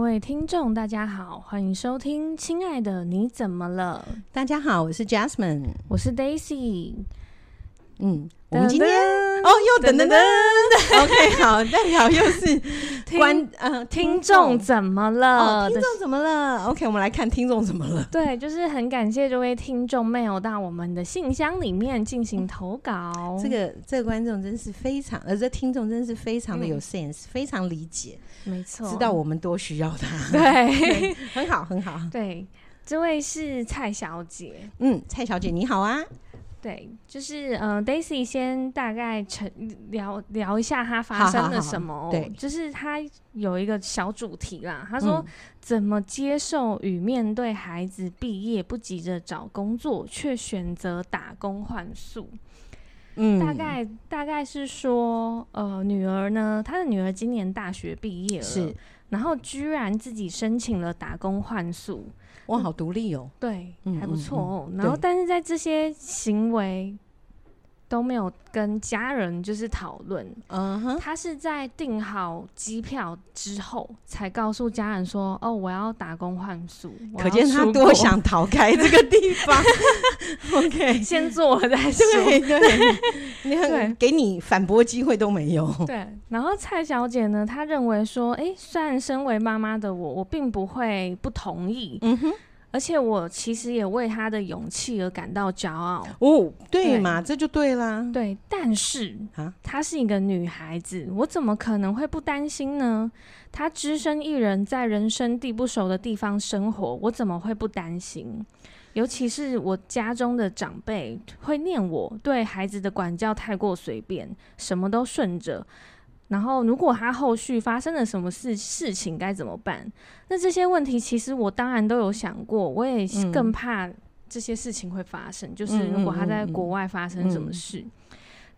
位听众，大家好，欢迎收听《亲爱的你怎么了》，大家好，我是 Jasmine。我是 Daisy。嗯，我噔们今天哦，又等等等，OK，好，代表又是听观呃听众怎么了？哦，听众怎么了？OK，我们来看听众怎么了。对，就是很感谢这位听众 mail 到我们的信箱里面进行投稿。这个这个观众真是非常，呃，这听众真是非常的有嗯哦 sense，、非常理解，没错，知道我们多需要他， 对很好很好。对，这位是蔡小姐。嗯，蔡小姐你好啊，对，就是呃，Daisy 先大概陈聊聊一下她发生了什么哦、好好好对就是她有一个小主题啦。她说、怎么接受与面对孩子毕业不急着找工作，却选择打工换宿。嗯大概大概是说，呃，女儿呢，她的女儿今年大学毕业了，是然后居然自己申请了打工换宿，哇，好独立哦，对，嗯还不错哦。嗯然后，对但是在这些行为都没有跟家人就是讨论，嗯哼，他是在订好机票之后才告诉家人说：“哦，我要打工换宿。”我要可见他出多国，想逃开这个地方。OK，先做了再说。 对对，你对看，给你反驳机会都没有。对，然后蔡小姐呢，她认为说，诶，虽然身为妈妈的我，我并不会不同意，嗯哼，而且我其实也为她的勇气而感到骄傲。哦，对对嘛，这就对啦。对，但是啊她是一个女孩子，我怎么可能会不担心呢？她只身一人在人生地不熟的地方生活，我怎么会不担心？尤其是我家中的长辈会念我对孩子的管教太过随便，什么都顺着。然后，如果他后续发生了什么事事情该怎么办？那这些问题其实我当然都有想过，我也是嗯更怕这些事情会发生。就是嗯如果他嗯嗯在嗯国外发生什么事，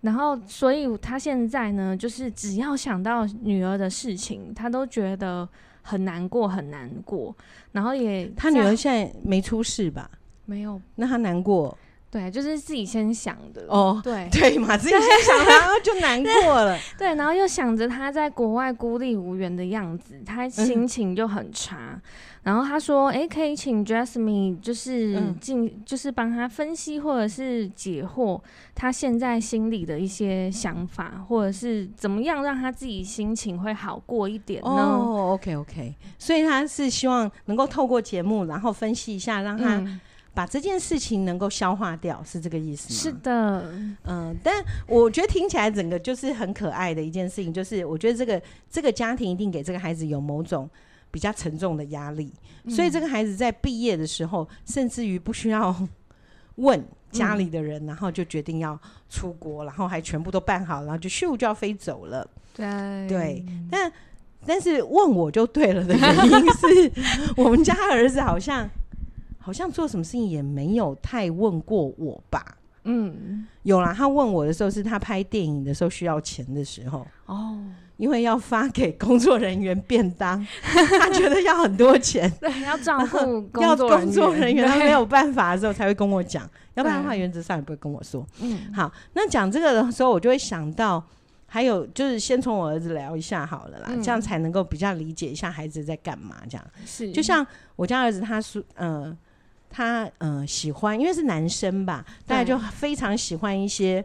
然后所以他现在呢，就是只要想到女儿的事情，他都觉得很难过，很难过。然后也他女儿在现在没出事吧？没有那他难过对，就是自己先想的。哦。对 对嘛，自己先想他就难过 了。对，然后又想着他在国外孤立无援的样子，嗯他心情就很差。然后他说：“诶，可以请 Jasmine 就是嗯进，就是帮他分析或者是解惑他现在心里的一些想法，或者是怎么样让他自己心情会好过一点呢？”哦，OK OK，所以他是希望能够透过节目，然后分析一下，让他嗯，把这件事情能够消化掉，是这个意思吗？是的，嗯，但我觉得听起来整个就是很可爱的一件事情，就是我觉得这个这个家庭一定给这个孩子有某种比较沉重的压力，所以这个孩子在毕业的时候，甚至于不需要问家里的人，然后就决定要出国，然后还全部都办好，然后就咻就要飞走了。对对，但但是问我就对了的原因是， 我们家儿子好像好像做什么事情也没有太问过我吧。嗯，有啦，他问我的时候是他拍电影的时候需要钱的时候，哦，因为要发给工作人员便当， 他觉得要很多钱， 对，要照 顾要作工作人人 员他对没有办法的时候才会跟 我讲，要不然的话原则上也不会跟我说。嗯，好，那讲这个的时候，我就会想到，还有就是先从我儿子聊一下好了啦，嗯这样才能够比较理解一下孩子在干嘛。这样，是，就像我家儿子他说，呃，他呃喜欢，因为是男生吧，大家对就非常喜欢一些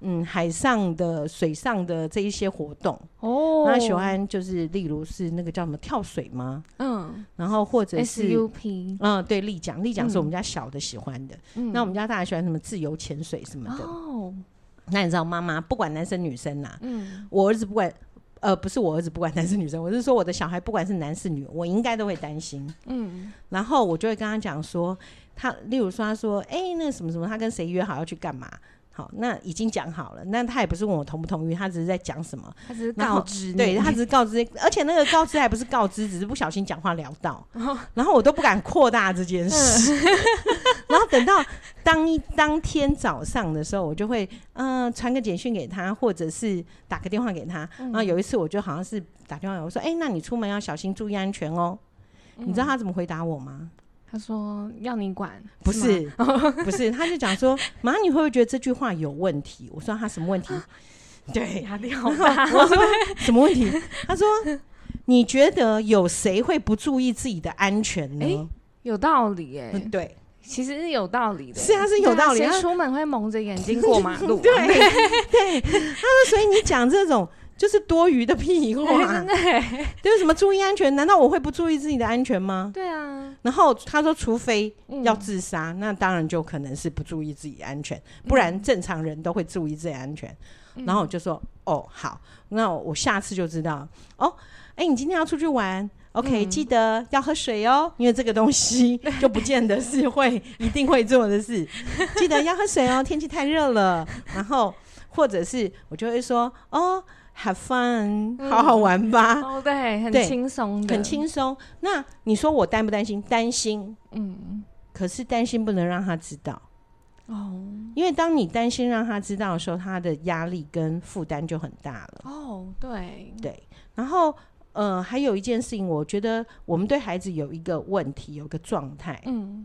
嗯海上的、水上的这一些活动。哦，那喜，欢就是例如是那个叫什么跳水吗？嗯然后或者是。 ，SUP，嗯，对，丽桨，丽桨是我嗯们家小的喜欢的。嗯那我们家大家喜欢什么自由潜水什么的。哦，那你知道妈妈不管男生女生啦、嗯，我儿子不管，呃，不是我儿子不管男生女生，我是说我的小孩不管是男是女，我应该都会担心。嗯，然后我就会跟他讲说，他例如说他说，哎、那个什么什么，他跟谁约好要去干嘛？好，那已经讲好了，那他也不是问我同不同意，他只是在讲什么，他只是然告后知你，对他只是告知，而且那个告知还不是告知，只是不小心讲话聊到，哦然后我都不敢扩大这件事。嗯 然后等到当一当天早上的时候，我就会嗯、呃传个简讯给他，或者是打个电话给他。嗯然后有一次我就好像是打电话，我说：“哎、那你出门要小心，注意安全哦。”嗯你知道他怎么回答我吗？ 他说要你管， 不吗， 是，不是，他就讲说：“妈，你会不会觉得这句话有问题？” 我说：“他什么问题？”对， 压力好然后大，我说什么问题？他说你觉得有谁会不注意自己的安全呢？诶 有道理哎、嗯对，其实是有道理的、是啊是有道理对啊啊谁出门会蒙着眼睛过马路、啊？ 对对，他说，所以你讲这种就是多余的屁话，哎 真的欸、对，什么注意安全？难道我会不注意自己的安全吗？对 啊，然后他说，除非嗯要自杀，那当然就可能是不注意自己安全，不然正常人都会注意自己安全。然后我就说，哦，好，那我下次就知道。哦，哎，你今天要出去玩。OK，、记得要喝水哦，因为这个东西就不见得是会一定会做的事。记得要喝水哦， 天气太热了。然后或者是我就会说，哦，have fun，好好玩吧。哦对，很啊对轻松的，很，轻松。那你说我担不担心？担心，嗯，可是担心不能让他知道，哦因为当你担心让他知道的时候，他的压力跟负担就很大了。哦对，对，然后呃，还有一件事情，我觉得我们对孩子有一个问题，有一个状态，嗯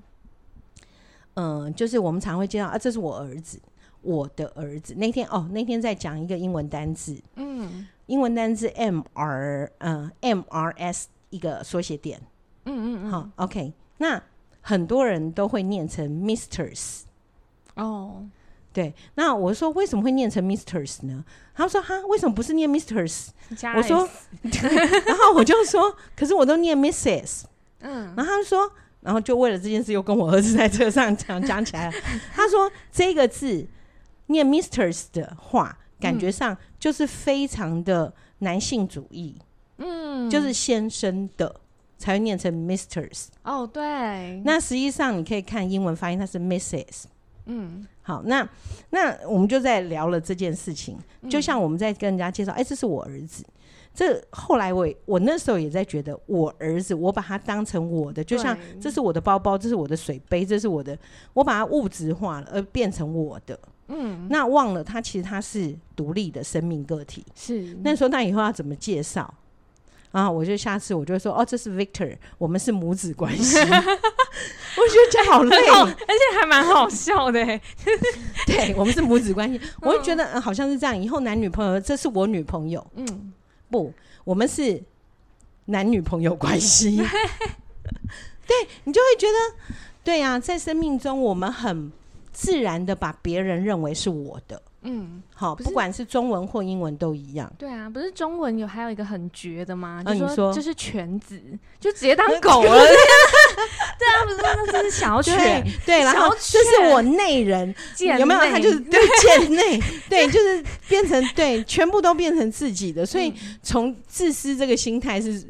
嗯、就是我们常会见到啊，这是我儿子，我的儿子。那天哦，那天在讲一个英文单字，嗯英文单字 M R，嗯、m R S 一个缩写点。嗯嗯嗯，好、o k 那很多人都会念成 misters。哦，对，那我说为什么会念成 misters 呢？他说哈，为什么不是念 misters？加我说 S，然后我就说，可是我都念 misses。嗯然后他就说，然后就为了这件事又跟我儿子在车上讲讲起来 了。他说这个字念 misters 的话，感觉上就是非常的男性主义，嗯，就是先生的才会念成 misters。哦对，那实际上你可以看英文发音，它是 misses。嗯好，那那我们就在聊了这件事情，嗯就像我们在跟人家介绍，哎、这是我儿子。这后来我也我那时候也在觉得，我儿子，我把他当成我的，就像对这是我的包包，这是我的水杯，这是我的，我把它物质化了，而变成我的。嗯那忘了他其实他是独立的生命个体。是 那说那以后要怎么介绍？啊，我就下次我就会说，哦，这是 Victor，我们是母子关系。我 觉得这样好累很好，而且还蛮好笑的 欸，对，我们是母子关系，我就觉得、呃好像是这样。以后男女朋友，这是我女朋友，嗯不，我们是男女朋友 关系。对，你就会觉得，对啊，在生命中我们很自然的把别人认为是我的，嗯，好，不不是管是中文或英文都一样。对啊，不是中文有还有一个很绝的吗？啊就你说嗯这是犬子，就直接当 狗了，对啊，不是说那这是小对犬，对，然后小这是犬我内人，贱有没有？内他就是 对贱内，对，就是变成对，全部都变成自己的。所以嗯从自私这个心态是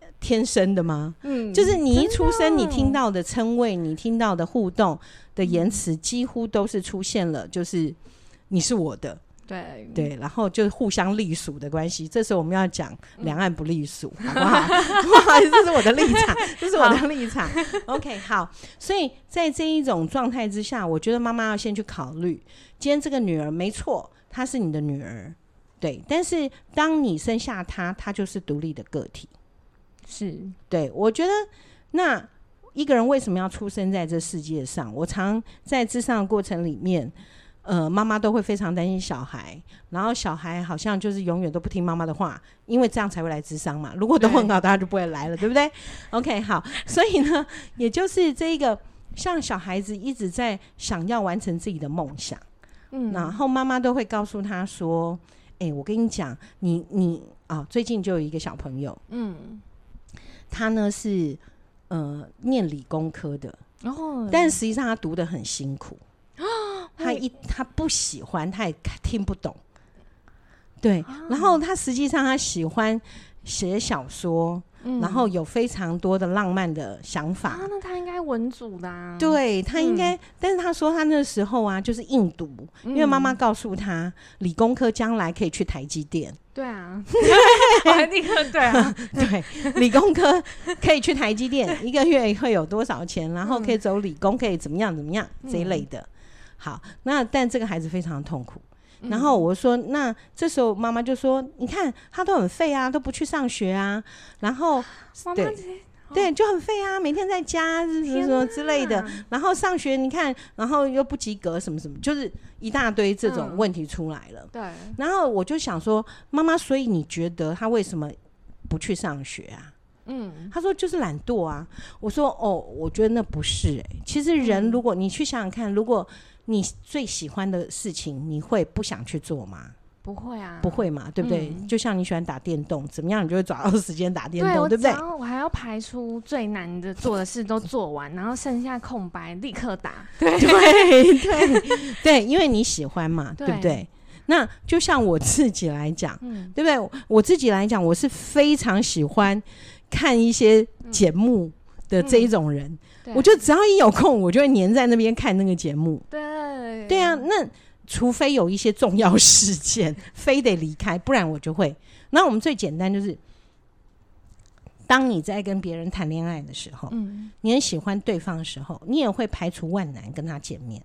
呃天生的吗？嗯，就是你一出生，真的哦你听到的称谓，你听到的互动的嗯言辞，几乎都是出现了，就是你是我的，对，对，然后就是互相隶属的关系。这时候我们要讲两岸不隶属， 好不好？不好意思，这是我的立场，这是我的立场。OK，好。所以在这一种状态之下，我觉得妈妈要先去考虑，今天这个女儿没错，她是你的女儿，对。但是当你生下她，她就是独立的个体。是，对，我觉得那一个人为什么要出生在这世界上？我常在智商的过程里面，呃，妈妈都会非常担心小孩，然后小孩好像就是永远都不听妈妈的话，因为这样才会来智商嘛。如果都很好，大家就不会来了，对不对？OK，好，所以呢，也就是这一个。像小孩子一直在想要完成自己的梦想，嗯，然后妈妈都会告诉他说：“哎、我跟你讲，你你啊，最近就有一个小朋友，嗯，他呢是呃念理工科的，然后但实际上他读的很辛 苦。他一他不喜欢，他也看听不懂。对，啊然后他实际上他喜欢写小说，嗯然后有非常多的浪漫的想法啊。，那他应该文组的啊，对他应该，但是他说他那时候啊，就是硬读，因为妈妈告诉他，理工科将来可以去台积电。对啊， 我还立刻对啊，对，理工科可以去台积电，一个月会有多少钱？然后可以走理工，可以怎么样怎么样这一类的。好，那但这个孩子非常痛苦。 嗯然后我说，那这时候妈妈就说：“你看他都很废啊，都不去上学啊，然后妈妈对直接对就很废啊，每天在家什么什么之类的，啊然后上学你看，然后又不及格，什么什么，就是一大堆这种嗯问题出来了。对，然后我就想说，妈妈，所以你觉得他为什么不去上学啊？嗯，他说就是懒惰啊。我说哦，我觉得那不是诶、其实人，嗯如果你去想想看，如果你最喜欢的事情，你会不想去做吗？不会啊，不。会嘛，对不对？嗯就像你喜欢打电动，怎么样你就会找到时间打电对，动，我对不对只？要我还要排出最难的做的事都做完，然后剩下空白立刻打。 对对对，因为你喜欢嘛，对对不对？那就像我自己来讲，嗯，对不对？我我自己来讲，我是非常喜欢看一些节目的这一种人。嗯对我就只要一有空，我就会黏在那边看那个节目。对对啊，，那除非有一些重要事件，非得离开，不然我就会。那我们最简单就是，当你在跟别人谈恋爱的时候，嗯，你很喜欢对方的时候，你也会排除万难跟他见面。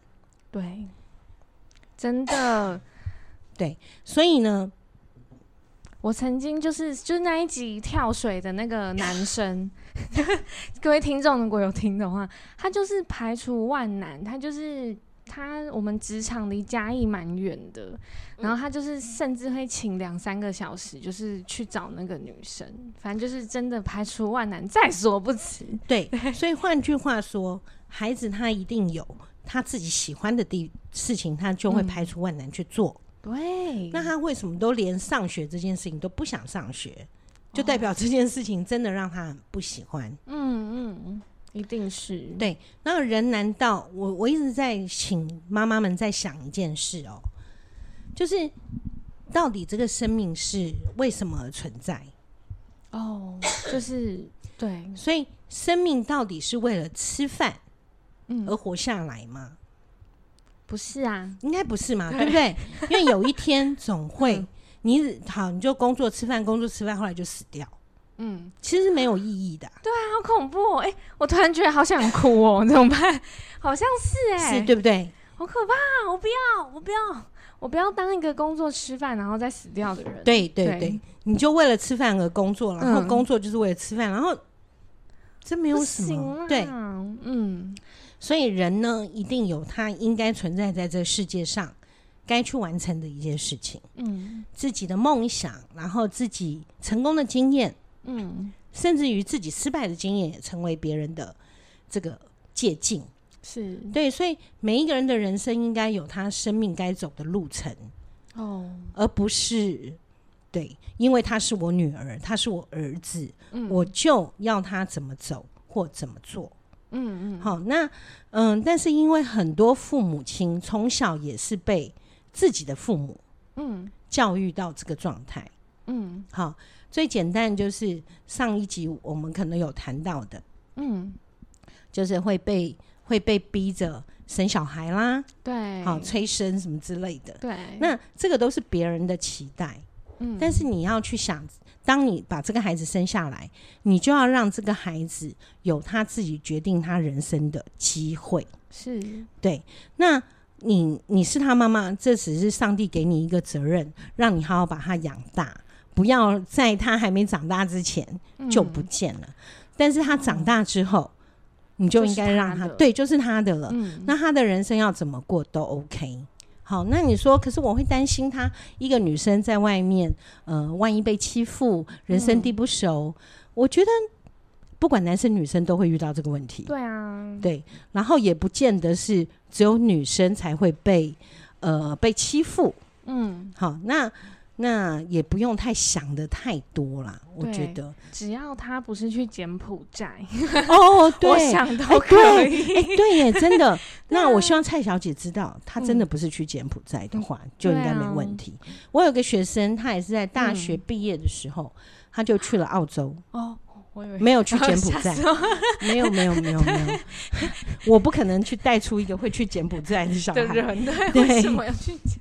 对，真的，所以呢，我曾经就是就是那一集跳水的那个男生， 各位听众如果有听的话，他就是排除万难，他就是他我们职场离嘉义蛮远的，然后他就是甚至会请两三个小时，就是去找那个女生，反正就是真的排除万难，在所不辞。对，所以换句话说，孩子他一定有他自己喜欢的地事情，他就会嗯排除万难去做。对，那他为什么都连上学这件事情都不想上学？就代表这件事情真的让他很不喜欢。嗯嗯，一定是对那人难道我我一直在请妈妈们在想一件事哦，就是到底这个生命是为什么而存在？哦，就是对，所以生命到底是为了吃饭嗯，而活下来吗？不是啊，应该不是嘛，对 不对？因为有一天总会嗯你好，你就工作吃饭，工作吃饭，后来就死掉，嗯。其实没有意义的啊、好恐怖、哦！哎、我突然觉得好想哭哦， 怎么办？好像是哎、是对不对？好可怕！哦我不要，我不要，我不要当一个工作吃饭然后再死掉的人。，对对对对，你就为了吃饭而工作，然后嗯工作就是为了吃饭，然后这没有不什行啊么啦。对，嗯，所以人呢，一定有他应该存在在这世界上该去完成的一件事情，嗯，自己的梦想，然后自己成功的经验，嗯，甚至于自己失败的经验，也成为别人的这个借鉴。是对，所以每一个人的人生应该有他生命该走的路程，哦，而不是。对，因为他是我女儿，他是我儿子，嗯，我就要他怎么走或怎么做。嗯嗯，好，那嗯，但是因为很多父母亲从小也是被自己的父母嗯教育到这个状态。嗯好，最简单就是上一集我们可能有谈到的，嗯，就是会被会被逼着生小孩啦，对，好催生什么之类的。对，那这个都是别人的期待，嗯但是你要去想，当你把这个孩子生下来，你就要让这个孩子有他自己决定他人生的机会。是对，那你你是他妈妈，这只是上帝给你一个责任，让你好好把他养大，不要在他还没长大之前嗯就不见了。但是他长大之后，你就应该让就是他他的对，就是他的了。嗯，那他的人生要怎么过都 OK。好，那你说，可是我会担心她一个女生在外面，呃，万一被欺负，人生地不熟，我觉得不管男生女生都会遇到这个问题。对啊，对，然后也不见得是只有女生才会被呃被欺负。嗯，好，那那也不用太想的太多啦，我觉对得。只要他不是去柬埔寨，哦，对， 我想哎都可以。对，哎、对耶，真的。 那对啊嗯我希望蔡小姐知道，她真的不是去柬埔寨的话，就应该啊没问题。我有个学生，他也是在大学嗯毕业的时候，他就去了 澳洲，哦，我以为没有去柬埔哦吓寨死，我没有，没有，没有，没 有。我不可能去带出一个会去柬埔寨的小的孩。人，对，对为什么要去讲？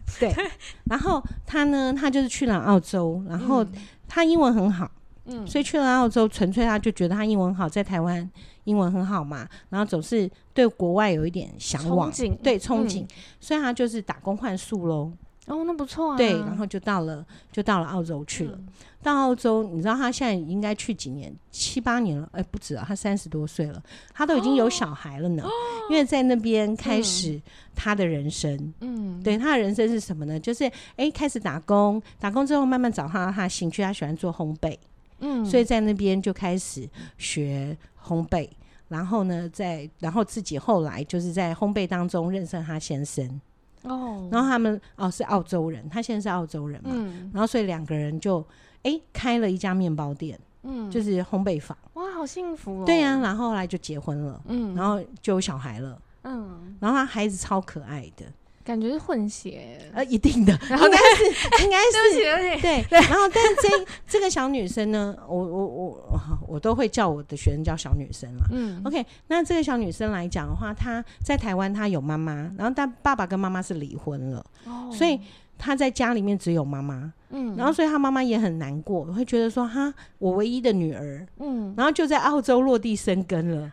然后他呢，他就是去了澳洲，然后嗯他英文很好，嗯，所以去了澳洲，纯粹他就觉得他英文好，在台湾英文很好嘛，然后总是对国外有一点向往憧。憬，对憧憬，嗯所以他就是打工换宿喽。哦，那不错啊。对，然后就到了就到了澳洲去了。嗯到澳洲，你知道他现在应该去几年？七八年了，哎、不止啊，他三十多岁了，他都已经有小孩了呢。哦因为在那边开始他的人生。嗯，对他的人生是什么呢？就是哎、开始打工，打工之后慢慢找到他的兴趣，他喜欢做烘焙，嗯，所以在那边就开始学烘焙。然后呢，在然后自己后来就是在烘焙当中认识了他先生，哦，然后他们哦是澳洲人，他现在是澳洲人嘛，嗯然后所以两个人就哎开了一家面包店，嗯，就是是烘焙坊。哇，好幸福哦。对呀、然后后来就结婚了，嗯，然后就有小孩了，嗯，然后他孩子超可爱的，感觉是混血。呃，一定的， 然后应该是 应该对不起，是。对不起。 对，然后但这这个小女生呢，我我我我都会叫我的学生叫小女生啦。嗯 OK，那这个小女生来讲的话，她在台湾她有妈妈，然后但爸爸跟妈妈是离婚了，哦所以她在家里面只有妈妈，嗯，然后所以她妈妈也很难过，会觉得说哈，我唯一的女儿，嗯然后就在澳洲落地生根了。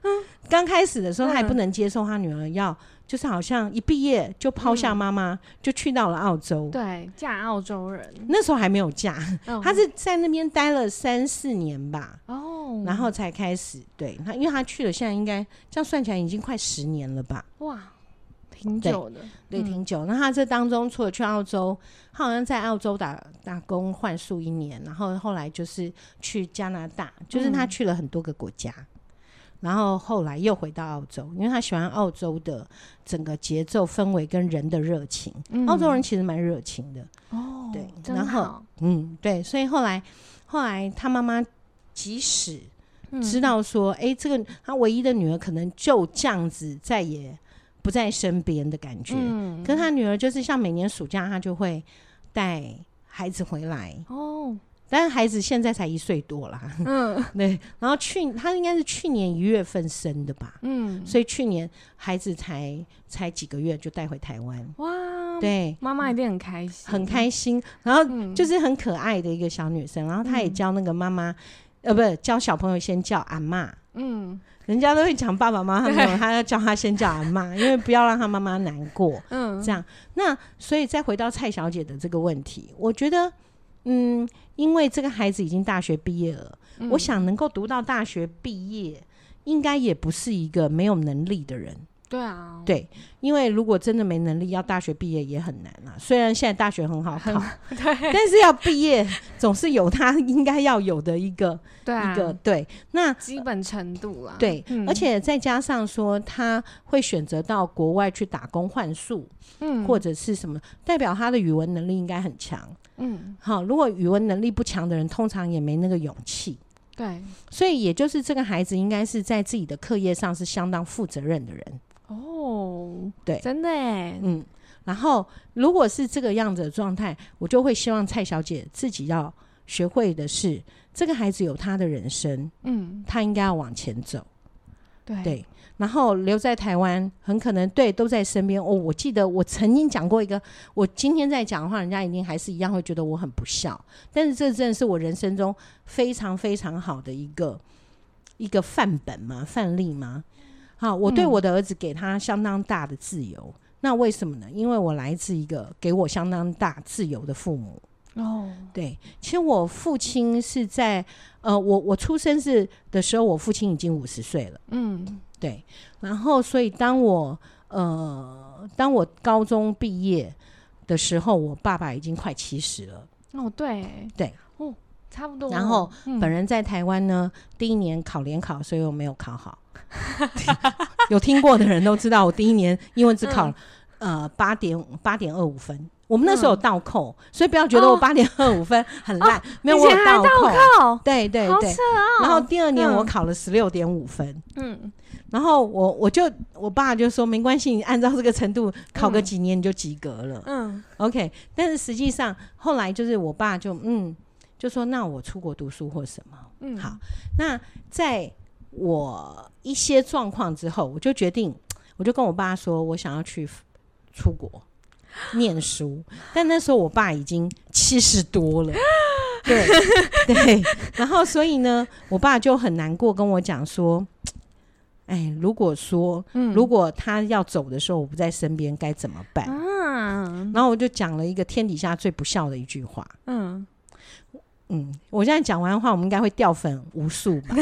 刚开始的时候，嗯她也不能接受她女儿要，就是好像一毕业就抛下妈妈，就去到了澳洲。嗯对嫁澳洲人，那时候还没有嫁，嗯她是在那边待了三四年吧，哦，然后才开始对她，因为她去了，现在应该这样算起来已经快十年了吧。哇，挺久的，对，嗯挺久。那他这当中除了去澳洲，他好像在澳洲打打工换宿一年，然后后来就是去加拿大，就是他嗯去了很多个国家，然后后来又回到澳洲，因为他喜欢澳洲的整个节奏氛围跟人的热情。嗯澳洲人其实蛮热情的，哦，对真然后好嗯，对，所以后来后来他妈妈即使嗯知道说，哎、这个他唯一的女儿可能就这样子再也不在身边的感觉，嗯可是他女儿就是像每年暑假，他就会带孩子回来，哦，但是孩子现在才一岁多啦，嗯 对。然后去他应该是去年一月份生的吧，嗯，所以去年孩子才才几个月就带回台湾，哇，，对，妈妈一定很开心，很开心。然后嗯就是很可爱的一个小女生，然后她也教那个妈妈，呃，不是教小朋友先叫阿嬷。嗯人家都会讲爸爸妈妈，她没有她要叫她先叫阿嬷，因为不要让她妈妈难过。嗯，这样，那所以再回到蔡小姐的这个问题，我觉得，嗯，因为这个孩子已经大学毕业了，嗯我想能够读到大学毕业，应该也不是一个没有能力的人。对啊，对，因为如果真的没能力，要大学毕业也很难啦。虽然现在大学很好考， 但是要毕业总是有他应该要有的一个、对啊，一个对。那基本程度啦，对，嗯而且再加上说他会选择到国外去打工换宿，嗯或者是什么，代表他的语文能力应该很强。嗯好，如果语文能力不强的人，通常也没那个勇气。对所以，也就是这个孩子应该是在自己的课业上是相当负责任的人。哦，对真的哎，嗯，然后如果是这个样子的状态，我就会希望蔡小姐自己要学会的是，这个孩子有他的人生，嗯他应该要往前走。对对然后留在台湾，很可能对都在身边。哦，我记得我曾经讲过一个，我今天在讲的话，人家一定还是一样会觉得我很不孝。但是这真的是我人生中非常非常好的一个一个范本嘛，范例嘛。好，我对嗯我的儿子给他相当大的自由。那为什么呢？因为我来自一个给我相当大自由的父母。哦，对，其实我父亲是在呃，我我出生是的时候，我父亲已经五十岁了。嗯对，然后所以当我呃，当我高中毕业的时候，我爸爸已经快七十了。哦对对哦差不多，然后嗯本人在台湾呢，第一年考联考，所以我没有 考好。有听过的人都知道，我第一年嗯英文只考、呃八点八点二五分。我们那时候有倒扣，所以不要觉得我嗯哦八点二五分很烂，没有以我前有还倒扣。靠，对对好对扯，哦，然后第二年嗯我考了十六点五分，嗯然后我我就我爸就说没关系，你按照这个程度考个几年你就及格了、嗯 o k 但是实际上后来就是我爸就嗯就说那我出国读书或什么。嗯好那在我一些状况之后，我就决定，我就跟我爸说我想要去出国念书，但那时候我爸已经七十多了。对对，然后所以呢，我爸就很难过跟我讲说，哎，如果说嗯如果他要走的时候我不在身边该怎么办？啊然后我就讲了一个天底下最不孝的一句话，嗯嗯，我现在讲完的话，我们应该会掉粉无数 吧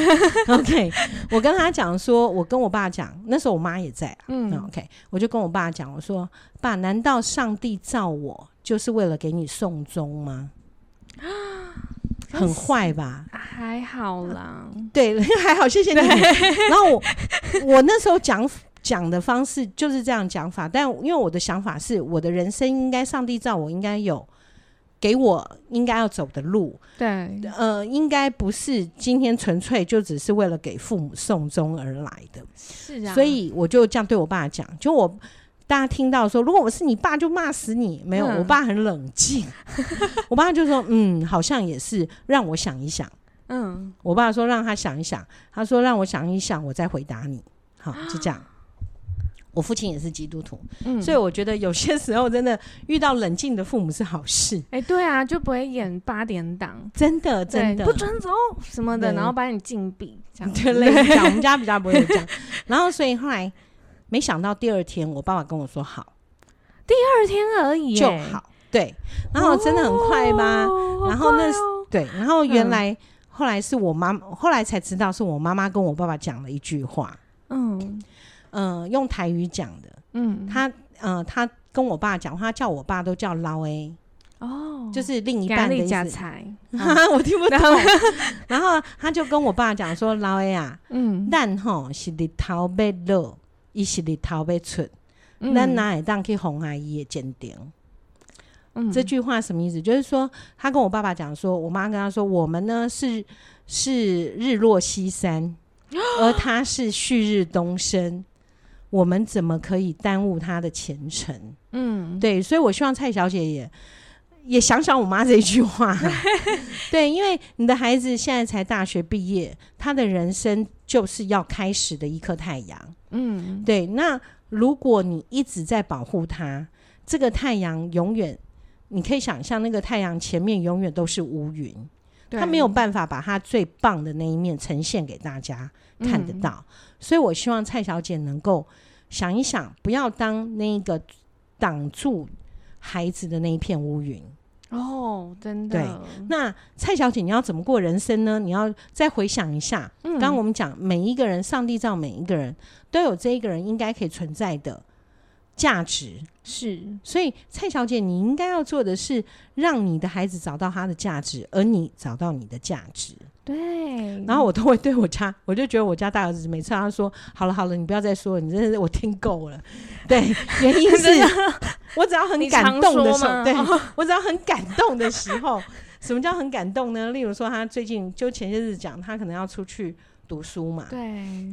？OK，我跟他讲说，我跟我爸讲，那时候我妈也在、啊，嗯嗯，OK，我就跟我爸讲，我说，爸，难道上帝造我就是为了给你送终吗？很坏吧？还好啦，对，还好，谢谢你。然后我我那时候讲讲的方式就是这样讲法，但因为我的想法是，我的人生应该上帝造我应该有给我应该要走的路，对，呃，应该不是今天纯粹就只是为了给父母送终而来的。是啊，所以我就这样对我爸讲，就我大家听到说，如果我是你爸，就骂死你。没有，嗯我爸很冷 静，我爸就说，嗯，好像也是，让我想一想。嗯，我爸说让他想一想，他说让我想一想，我再回答你。好，就这样。我父亲也是基督徒，嗯所以我觉得有些时候真的遇到冷静的父母是好事，哎、对啊，就不会演八点档，真的对真的不准走什么的，对然后把你禁闭这样 就类似这样，我们家比较不会这样。然后所以后来没想到第二天，我爸爸跟我说好二天而已耶，就好，对，然后真的很快吧，哦然后那好快哦对，然后原来、后来是我妈，后来才知道是我妈妈跟我爸爸讲了一句话，嗯嗯、用台语讲的，嗯，他呃，他跟我爸讲话，他叫我爸都叫捞 A，、哦，就是另一压半的力加 意思。财， 啊，我听不懂然。后然后他就跟我爸讲说：“捞 A 啊，嗯，咱吼是日头要落，伊是日头要出，嗯咱哪会当去红阿姨的坚定？”嗯这句话什么意思？就是说，他跟我爸爸讲说，我妈跟他说，我们呢是是日落 西山，而他是旭日东升，我们怎么可以耽误他的前程？嗯对，所以我希望蔡小姐也也想想我妈这一 句话，对，因为你的孩子现在才大学毕业，他的人生就是要开始的一颗太阳。嗯对，那如果你一直在保护他，这个太阳永远，你可以想象那个太阳前面永远都是乌云，对，他没有办法把他最棒的那一面呈现给大家看得嗯到。所以我希望蔡小姐能够想一想，不要当那个挡住孩子的那一片乌云。哦，真的，那蔡小姐，你要怎么过人生呢？你要再回想一下，那刚刚我们讲，每一个人，上帝造每一个人都有这一个人应该可以存在的价值。是所以，蔡小姐，你应该要做的是，让你的孩子找到他的价值，而你找到你的价值。对，嗯然后我都会对我家，我就觉得我家大儿子每次他说好了好了，你不要再说了，你真的是我听够了。 对，原因是真的我只要很你感常动的说时候，吗对哦 我只要很感动的时候，什么叫很感动呢？例如说他最近就前些日子讲，他可能要出去读书嘛，对，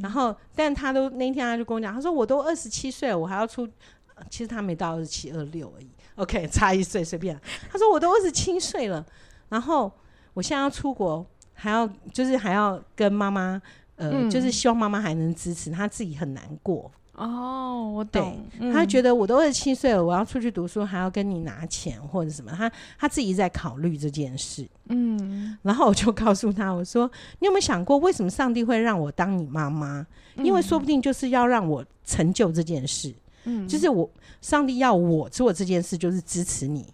然后但他都那天他就跟我讲，他说我都二十七岁了，我还要出，呃其实他没到二十七二六而已，OK，差 一岁随便啊。他说我都二十七岁了，然后我现在要出国，还要就是还要跟妈妈，呃，嗯就是希望妈妈还能支持他自己很难过，哦，我懂，他得觉得我都二十七岁了，我要出去读书，还要跟你拿钱或者什么，他他自己在考虑这件事。嗯，然后我就告诉他，我说你有没有想过，为什么上帝会让我当你妈妈？因为说不定就是要让我成就这件事，嗯就是我上帝要我做这件事，就是支持你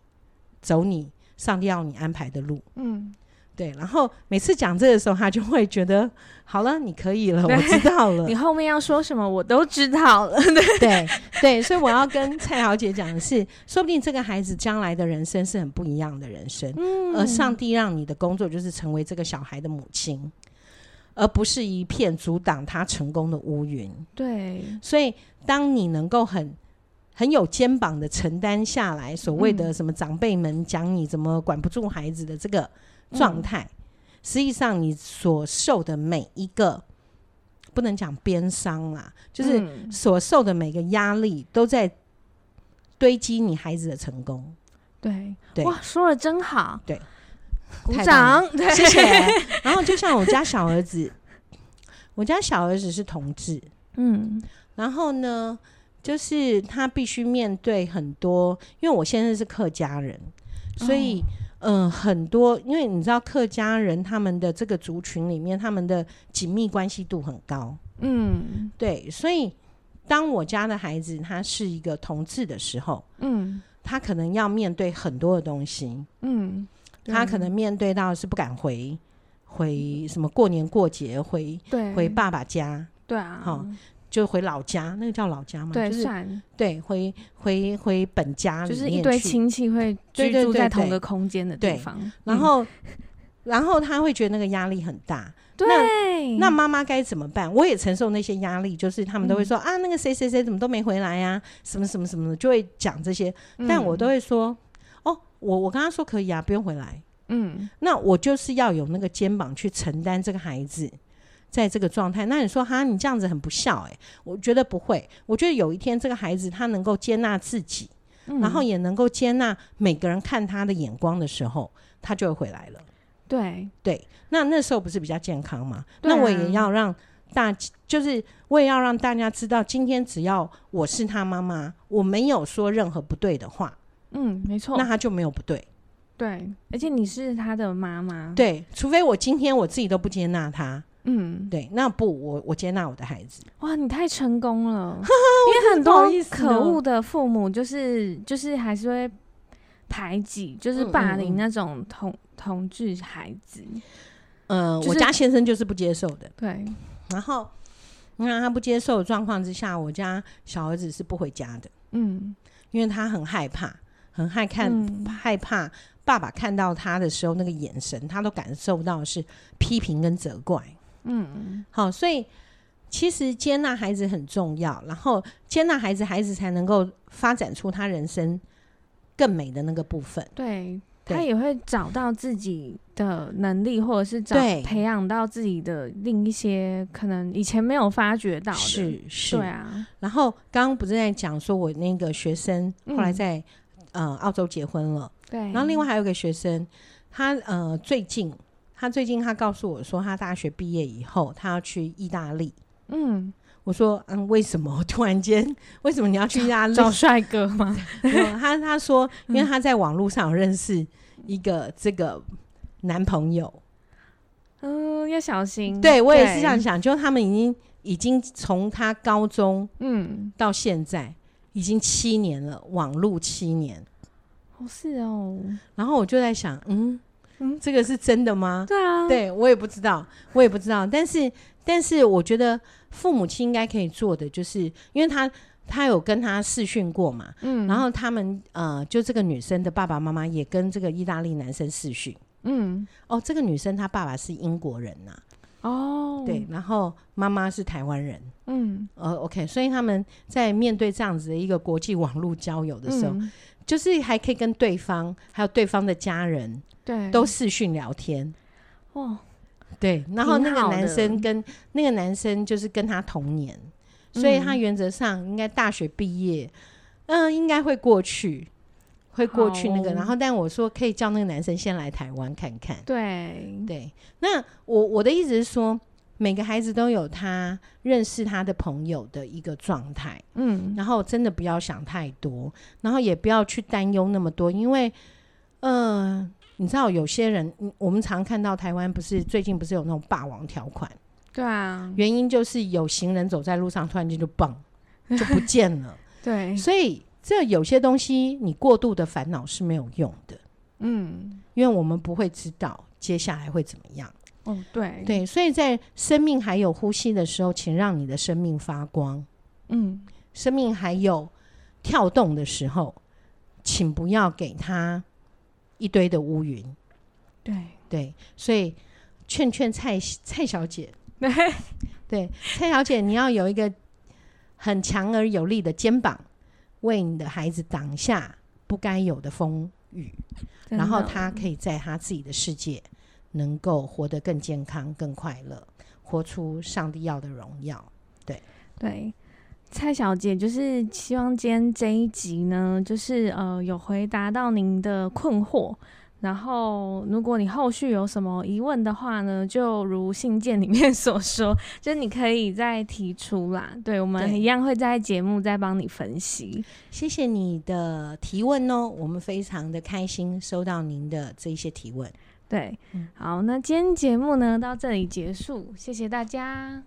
走你上帝要你安排的路。嗯对，然后每次讲这个时候，他就会觉得好了，你可以了，我知道了你。后面要说什么我都知道 了，对对，所以我要跟蔡小姐讲的是，说不定这个孩子将来的人生是很不一样的人生，嗯而上帝让你的工作就是成为这个小孩的母亲，而不是一片阻挡他成功的乌云。对，所以，当你能够很很有肩膀的承担下来所谓的嗯什么长辈们讲你怎么管不住孩子的这个嗯状态，实际上你所受的每一个，不能讲鞭伤啦，就是嗯所受的每个压力都在堆积你孩子的成功。对对哇，说的真好，对，鼓太棒掌，对，谢谢。然后就像我家小儿子， 我家小儿子是同志，嗯然后呢，就是他必须面对很多，因为我先生是客家人，哦所以、呃很多，因为你知道客家人他们的这个族群里面，他们的紧密关系度很高，嗯对，所以当我家的孩子他是一个同志的时候，嗯他可能要面对很多的东西，嗯，对他可能面对到是不敢回回什么过年过节回对回爸爸家，对啊，好就回老家，那个叫老家嘛，对就是算对回回回本家就里是面一堆啊去亲戚会对居对住对在对同个空间的地对方，然嗯后然后他会觉得那个压力很大。对，那妈妈该怎么办？我也承受那些压力，就是他们都会嗯说、啊，那个谁谁谁怎么都没回来呀、什么什么什么的，就会讲这些。嗯但我都会说，哦，我我跟他说可以啊，不用回来。嗯那我就是要有那个肩膀去承担这个孩子在这个状态。那你说哈，你这样子很不孝诶、我觉得不会，我觉得有一天这个孩子他能够接纳自己，嗯然后也能够接纳每个人看他的眼光的时候，他就会回来了。对，对，那那时候不是比较健康吗？对啊那我也要让大，就是我也要让大家知道，今天只要我是他妈妈，我没有说任何不对的话，嗯，没错那，他就没有不对。对，而且你是他的妈妈，，对，除非我今天我自己都不接纳他，嗯，对，那不，我我接纳我的孩子，哇，你太成功 了，因为很多不好意思可了恶的父母就是就是还是会排挤，就是嗯嗯霸嗯凌那种同同志孩子，呃，就是我家先生就是不接受的，对，然后那他不接受的状况之下，我家小儿子是不回家的，嗯，因为他很害怕，很害看、嗯害怕爸爸看到他的时候那个眼神，他都感受到是批评跟责怪，嗯，好，所以。其实接纳孩子很重要，然后接纳孩子，孩子才能够发展出他人生更美的那个部分。对。他对也会找到自己的能力，或者是找对培养到自己的另一些可能以前没有发掘到的，是是，对啊，然后刚刚不是在讲说我那个学生嗯后来在、呃澳洲结婚了，对。然后另外还有一个学生，他呃最近他最近他告诉我说他大学毕业以后他要去意大利。嗯，我说，嗯，为什么 突然间？为什么你要去 意大利？找帅哥 吗？没有他他说，因为他在网络上有认识一个这个男朋友，嗯，要小心。对我也是这样，想，就他们已经已经从他高中嗯，到现在已经七年了，网络七年。哦是哦，然后我就在想，嗯嗯嗯，这个是真的吗？对啊，，对我也不知道，我也不知道。但是，但是我觉得父母亲应该可以做的，就是因为他他有跟他试训过嘛，嗯，然后他们呃，就这个女生的爸爸妈妈也跟这个意大利男生试训。嗯，哦，这个女生她爸爸是英国人呐、哦，对，，然后妈妈是台湾人。嗯，呃，OK，所以他们在面对这样子的一个国际网络交友的时候，嗯就是还可以跟对方还有对方的家人对，都视讯聊天。哇，对，然后那挺好个的男生跟那个男生就是跟他同年，所以他嗯原则上应该大学毕业，嗯、应该会过去，会过去那好个。哦然后，但我说可以叫那个男生先来台湾看看。对，对，那我我的意思是说，每个孩子都有他认识他的朋友的一个状态，嗯，然后真的不要想太多，然后也不要去担忧那么多，因为，呃，你知道有些人，嗯我们常看到台湾不是最近不是有那种霸王条款，对啊，原因就是有行人走在路上，突然间就蹦 就不见了，对，所以这有些东西你过度的烦恼是没有用的，嗯，因为我们不会知道接下来会怎么样。哦，对，，对，所以在生命还有呼吸的时候，请让你的生命发光；嗯，生命还有跳动的时候，请不要给它一堆的乌云。对，对，所以劝劝蔡蔡 小姐，对，对蔡小姐，你要有一个很强而有力的肩膀，为你的孩子挡下不该有的风雨，真然后的他可以在他自己的世界能够活得更健康、更快乐，活出上帝要的荣耀。对，蔡小姐，就是希望今天这一集呢，就是呃有回答到您的困惑。然后，如果你后续有什么疑问的话呢，就如信件里面 所说，就是你可以再提出啦。对，我们对一样会在节目再帮你分析。谢谢你的提问哦，我们非常的开心收到您的这一些提问。对嗯，好，那今天节目呢到这里结束，谢谢大家，